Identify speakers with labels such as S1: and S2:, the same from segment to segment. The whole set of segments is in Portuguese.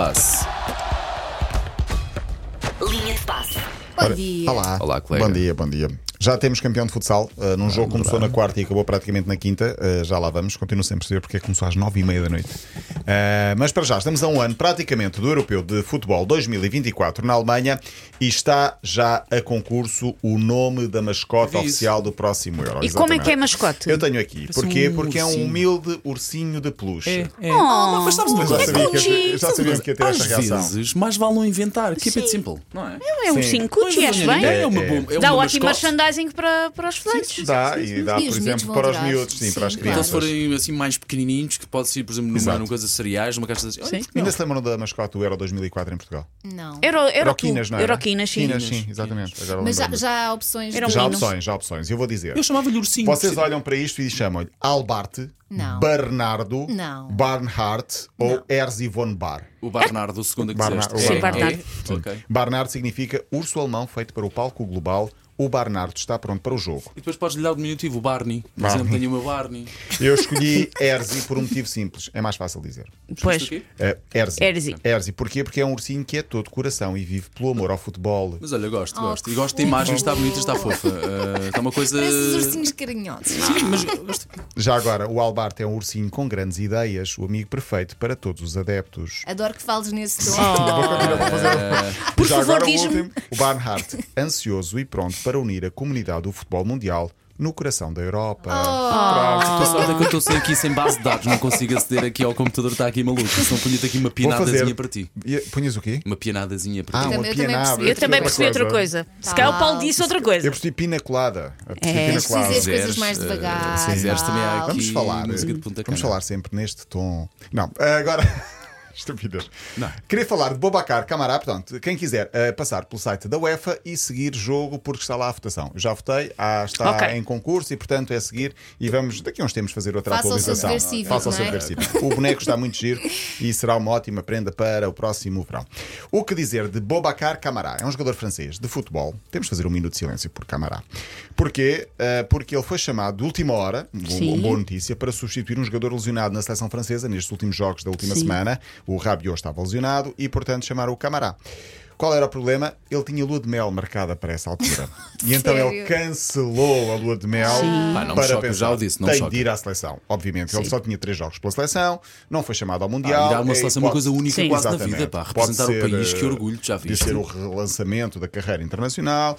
S1: passe.
S2: Linha de passe.
S3: Ora,
S4: Bom dia.
S3: Olá.
S1: Olá, colega.
S3: Bom dia, bom dia. Já temos campeão de futsal uh, num jogo que começou na quarta e acabou praticamente na quinta. Uh, já lá vamos. Continuo sem perceber porque é que começou às nove e meia da noite. Uh, mas para já, estamos a um ano praticamente do Europeu de Futebol 2024 na Alemanha e está já a concurso o nome da mascote
S1: Vi isso.
S3: oficial do próximo Euro.
S4: E como é que é
S3: Exatamente.
S4: a mascote?
S3: Eu tenho aqui.
S1: Parece
S3: Porquê?
S1: um
S3: Porque é um
S1: ursinho.
S3: humilde ursinho de peluche.
S1: é.
S4: Oh,
S1: mas sabes uma
S3: Eu já
S1: coisa?
S3: sabia que ia- eu já
S1: Sabes uma
S3: sabia
S1: coisa?
S3: que ia ter esta
S1: Às
S3: reação.
S1: vezes, mais vale não inventar. Keep it simple, não é?
S4: É um
S3: Sim.
S4: ursinho cuti,
S1: Não
S4: és
S1: envergonha ninguém,
S4: bem?
S1: É uma
S3: É,
S1: boa. é
S4: Dá
S1: uma
S4: ótimo
S1: mascote.
S4: merchandising para, para os fleitos.
S3: Dá, e dá, por
S4: E os miúdos
S3: exemplo,
S4: vão
S3: para os
S4: adorar.
S3: miúdos, sim,
S4: Sim,
S3: para as
S4: claro.
S1: Então,
S3: crianças.
S1: se forem assim mais pequenininhos, que pode ser, por exemplo, numa,
S3: Exato.
S1: numa coisa de cereais, numa caixa de. Olha,
S4: Sim.
S1: porque não?
S3: Ainda se lembram da mascote do Euro 2004 em Portugal?
S4: Era- Era
S3: Era o
S4: tu.
S3: Quinas, não era?
S4: Era o Quinas, sim.
S3: Quinas, sim, exatamente. Agora
S2: Mas já,
S3: lembrei-me.
S2: já há opções.
S4: Era um
S3: Já há
S4: Quinos.
S3: opções, já há opções. Eu vou dizer.
S1: Eu chamava-lhe ursinho.
S3: Vocês olham para isto e chamam-lhe Albart,
S2: Não.
S3: Bernardo,
S2: Não.
S3: Barnhart ou Erzi von Bar.
S1: O Barnardo, o segundo que
S3: Barnard,
S1: disseste.
S3: o
S1: É,
S4: Barnard.
S1: é? Ok.
S3: Barnard significa urso alemão feito para o palco global. O Barnardo está pronto para o jogo.
S1: E depois podes lhe dar o diminutivo, o Barney. Por
S3: Barney.
S1: exemplo, tenho o meu Barney.
S3: Eu escolhi Erzi por um motivo simples. É mais fácil dizer.
S4: Pois.
S1: Isto aqui?
S3: Eh, Erzi.
S4: Erzi.
S3: Erzi. Porquê? Porque é um ursinho que é todo coração e vive pelo amor ao futebol.
S1: Mas olha, gosto,
S2: Oh,
S1: gosto. E
S2: que
S1: gosto da
S2: fofo.
S1: imagem, está bonita, está fofa. Eh, está uma coisa.
S2: Parece os ursinhos carinhosos.
S1: Sim, mas gosto.
S3: Já agora, o Albart é um ursinho com grandes ideias, o amigo perfeito para todos os adeptos.
S2: Adoro que fales nesse tom.
S4: Por
S3: Já
S4: favor,
S3: agora, o
S4: diz-me.
S3: último, o Barnhart, ansioso e pronto para unir a comunidade do futebol mundial no coração da Europa.
S4: Oh.
S1: A sorte é que eu estou sem- aqui sem base de dados, não consigo aceder aqui ao computador, está aqui maluco. Senão punha-te aqui uma
S3: Vou fazer.
S1: pianadazinha para ti.
S3: E- Punhas o quê?
S1: Uma pianadazinha para
S3: Ah,
S1: ti.
S3: uma
S2: também- eu também
S3: pianada.
S2: percebi.
S4: Eu também percebi outra coisa. Se calhar o Paulo
S2: Ah,
S4: disse outra coisa.
S3: Eu percebi pina colada. Eu percebi
S4: É.
S3: pina
S2: Tens de
S3: colada.
S2: dizer as
S1: Quiseres,
S2: coisas mais
S1: eh,
S2: devagar.
S1: se quiseres, também há
S2: Paulo.
S1: aqui-
S3: Vamos
S1: E
S3: falar. eh,
S1: música de Punta
S3: Vamos
S1: Cana.
S3: falar sempre neste tom. Não, eh, agora. Estupidez.
S1: Não.
S3: Queria falar de Bobacar Camará. Portanto, quem quiser eh, passar pelo site da UEFA e seguir jogo, porque está lá a votação. Eu já votei, há- está
S4: Ok.
S3: em concurso e, portanto, é seguir. E vamos, daqui a uns tempos, fazer outra
S2: Faça o seu
S3: atualização.
S2: dever cívico,
S3: Faça o
S2: não
S3: seu
S2: é?
S3: dever cívico. O boneco está muito giro e será uma ótima prenda para o próximo verão. O que dizer de Bobacar Camará? É um jogador francês de futebol. Temos de fazer um minuto de silêncio por Camará. Porquê? Eh, porque ele foi chamado de última hora, um
S4: Sim.
S3: uma boa notícia, para substituir um jogador lesionado na seleção francesa nestes últimos jogos da última
S4: Sim.
S3: semana. O Rabiot estava lesionado e, portanto, chamaram o Camará. Qual era o problema? Ele tinha lua de mel marcada para essa altura. e então ele
S2: Sério?
S3: cancelou a lua de mel
S1: Pá, não me
S3: para
S1: choca,
S3: pensar,
S1: já o disse, não me
S3: tem
S1: choca.
S3: de ir à seleção. Obviamente, ele
S4: Sim.
S3: só tinha três jogos pela seleção, não foi chamado ao Mundial.
S1: Ah, ir à uma
S3: É,
S1: seleção é uma
S3: pode-
S1: coisa única
S4: Sim.
S1: quase na
S3: Exatamente.
S1: vida, pá.
S3: Pode
S1: Representar
S3: ser,
S1: o país, que
S3: eh,
S1: orgulho, já
S3: podia
S1: viste.
S3: ser o relançamento da carreira internacional.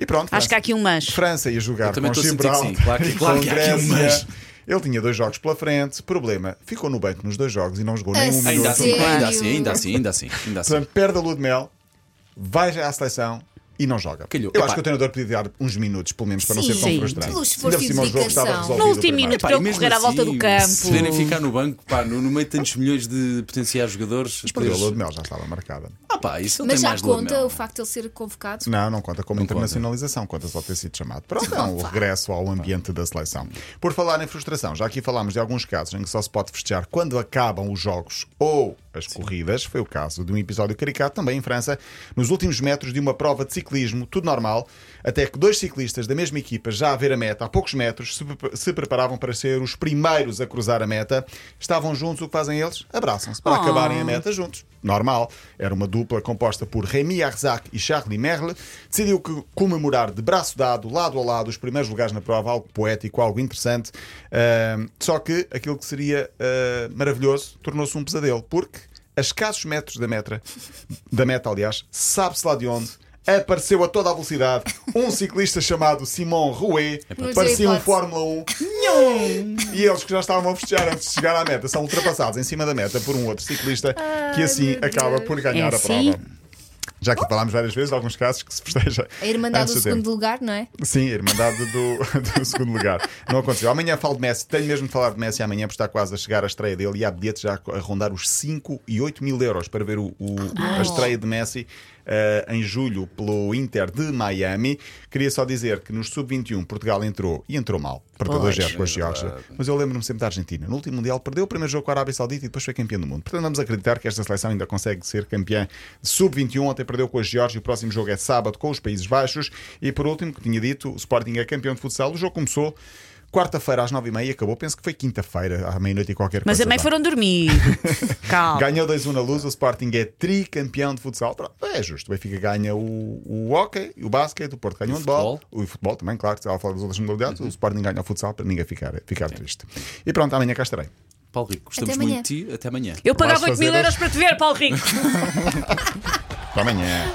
S3: E pronto.
S4: Acho que
S3: França.
S4: há aqui um mas.
S3: França ia jogar
S1: Eu também
S3: com
S1: estou a sentir que
S3: Gibraltar
S1: sim. Claro que-
S3: e
S1: claro
S3: com
S1: que há aqui um
S3: Grécia.
S1: mas.
S3: Ele tinha dois jogos pela frente. Problema, ficou no banco nos dois jogos e não
S4: É
S3: jogou nenhum
S2: Assim.
S1: Ainda
S3: minuto.
S1: assim,
S2: Sério?
S1: ainda assim, ainda assim, ainda assim, ainda assim.
S3: Portanto, perde a lua de mel, vai já à seleção e não joga.
S1: Calhou.
S3: Eu
S1: Epá.
S3: acho que o treinador podia dar uns minutos, pelo menos, para não
S2: Sim.
S3: ser tão
S4: Sim.
S3: frustrante.
S2: Pelo esforço
S3: Ainda por
S2: e
S3: cima o jogo estava
S2: dedicação.
S3: resolvido
S4: No último
S3: primeiro.
S4: minuto. Para eu
S1: e mesmo assim,
S4: correr à volta do campo.
S1: Se verem ficar no banco, pá, no, no meio de tantos milhões de potenciais jogadores.
S3: Perdeu a
S1: depois-
S3: lua de mel, já estava marcada.
S1: Ah, pá, isso não
S2: Mas
S1: tem
S2: já
S1: mais lua de
S2: conta
S1: mel.
S2: o facto de ele ser convocado?
S3: Não, não conta como
S1: Não
S3: internacionalização, conta. só ter sido chamado. Pronto, é um
S2: Opa.
S3: regresso ao ambiente da seleção. Por falar em frustração, já aqui falámos de alguns casos em que só se pode festejar quando acabam os jogos ou as corridas. Foi o caso de um episódio caricato, também em França, nos últimos metros de uma prova de ciclismo, tudo normal, até que dois ciclistas da mesma equipa, já a ver a meta, a poucos metros, se, pre- se preparavam para ser os primeiros a cruzar a meta. Estavam juntos, o que fazem eles? Abraçam-se para
S4: Oh.
S3: acabarem a meta meta juntos. Normal, era uma dupla composta por Rémi Arzac e Charlie Merle. Decidiu que comemorar de braço dado, lado a lado, os primeiros lugares na prova, algo poético, algo interessante. Ahm, só que aquilo que seria ah, maravilhoso tornou-se um pesadelo, porque a escassos metros da meta, da meta, aliás, sabe-se lá de onde. Apareceu a toda a velocidade um ciclista chamado Simon Rouet,
S2: Não
S3: parecia um
S2: sei, pode.
S3: Fórmula 1, e eles que já estavam a festejar antes de chegar à meta são ultrapassados em cima da meta por um outro ciclista que assim
S2: meu
S3: acaba
S2: Deus.
S3: por ganhar
S4: É
S3: a prova.
S4: assim?
S3: Já que falámos várias vezes, alguns casos que se festeja.
S2: A Irmandade
S3: antes
S2: do
S3: tempo.
S2: segundo lugar, não é?
S3: Sim, a Irmandade do, do segundo lugar. Não aconteceu. Amanhã falo de Messi. Tenho mesmo de falar de Messi amanhã, porque está quase a chegar a estreia dele e há bilhetes já a rondar os 5 e 8 mil euros para ver o, o- a estreia de Messi eh, em julho pelo Inter de Miami. Queria só dizer que nos sub-21 Portugal entrou e entrou mal. Perdeu
S4: Pois.
S3: 2-0 com a Geórgia. Mas eu lembro-me sempre da Argentina. No último Mundial perdeu o primeiro jogo com a Arábia Saudita e depois foi campeão do mundo. Portanto, vamos acreditar que esta seleção ainda consegue ser campeã sub-21. Ontem perdeu com a Geórgia. O próximo jogo é sábado com os Países Baixos. E por último, que tinha dito, o Sporting é campeão de futsal. O jogo começou Quarta-feira às 9h30 acabou, penso que foi quinta-feira, à meia-noite e qualquer
S4: Mas
S3: coisa.
S4: também
S3: dá.
S4: foram dormir. Calma.
S3: Ganhou 2-1 na luz, o Sporting é tricampeão de futsal. Pronto, é justo. O Benfica ganha o, o hockey, o basquete, o Porto ganha o
S1: O
S3: handball, o futebol Uhum. também, claro, que estava a falar das outras modalidades. O Sporting ganha o futsal para ninguém ficar, ficar triste. E pronto, amanhã cá estarei.
S1: Paulo Rico, gostamos
S2: Até
S1: muito de ti. Até amanhã.
S4: Eu pagava
S3: Vais
S4: 8 mil
S3: fazer
S4: euros para te ver, Paulo Rico.
S3: Até amanhã.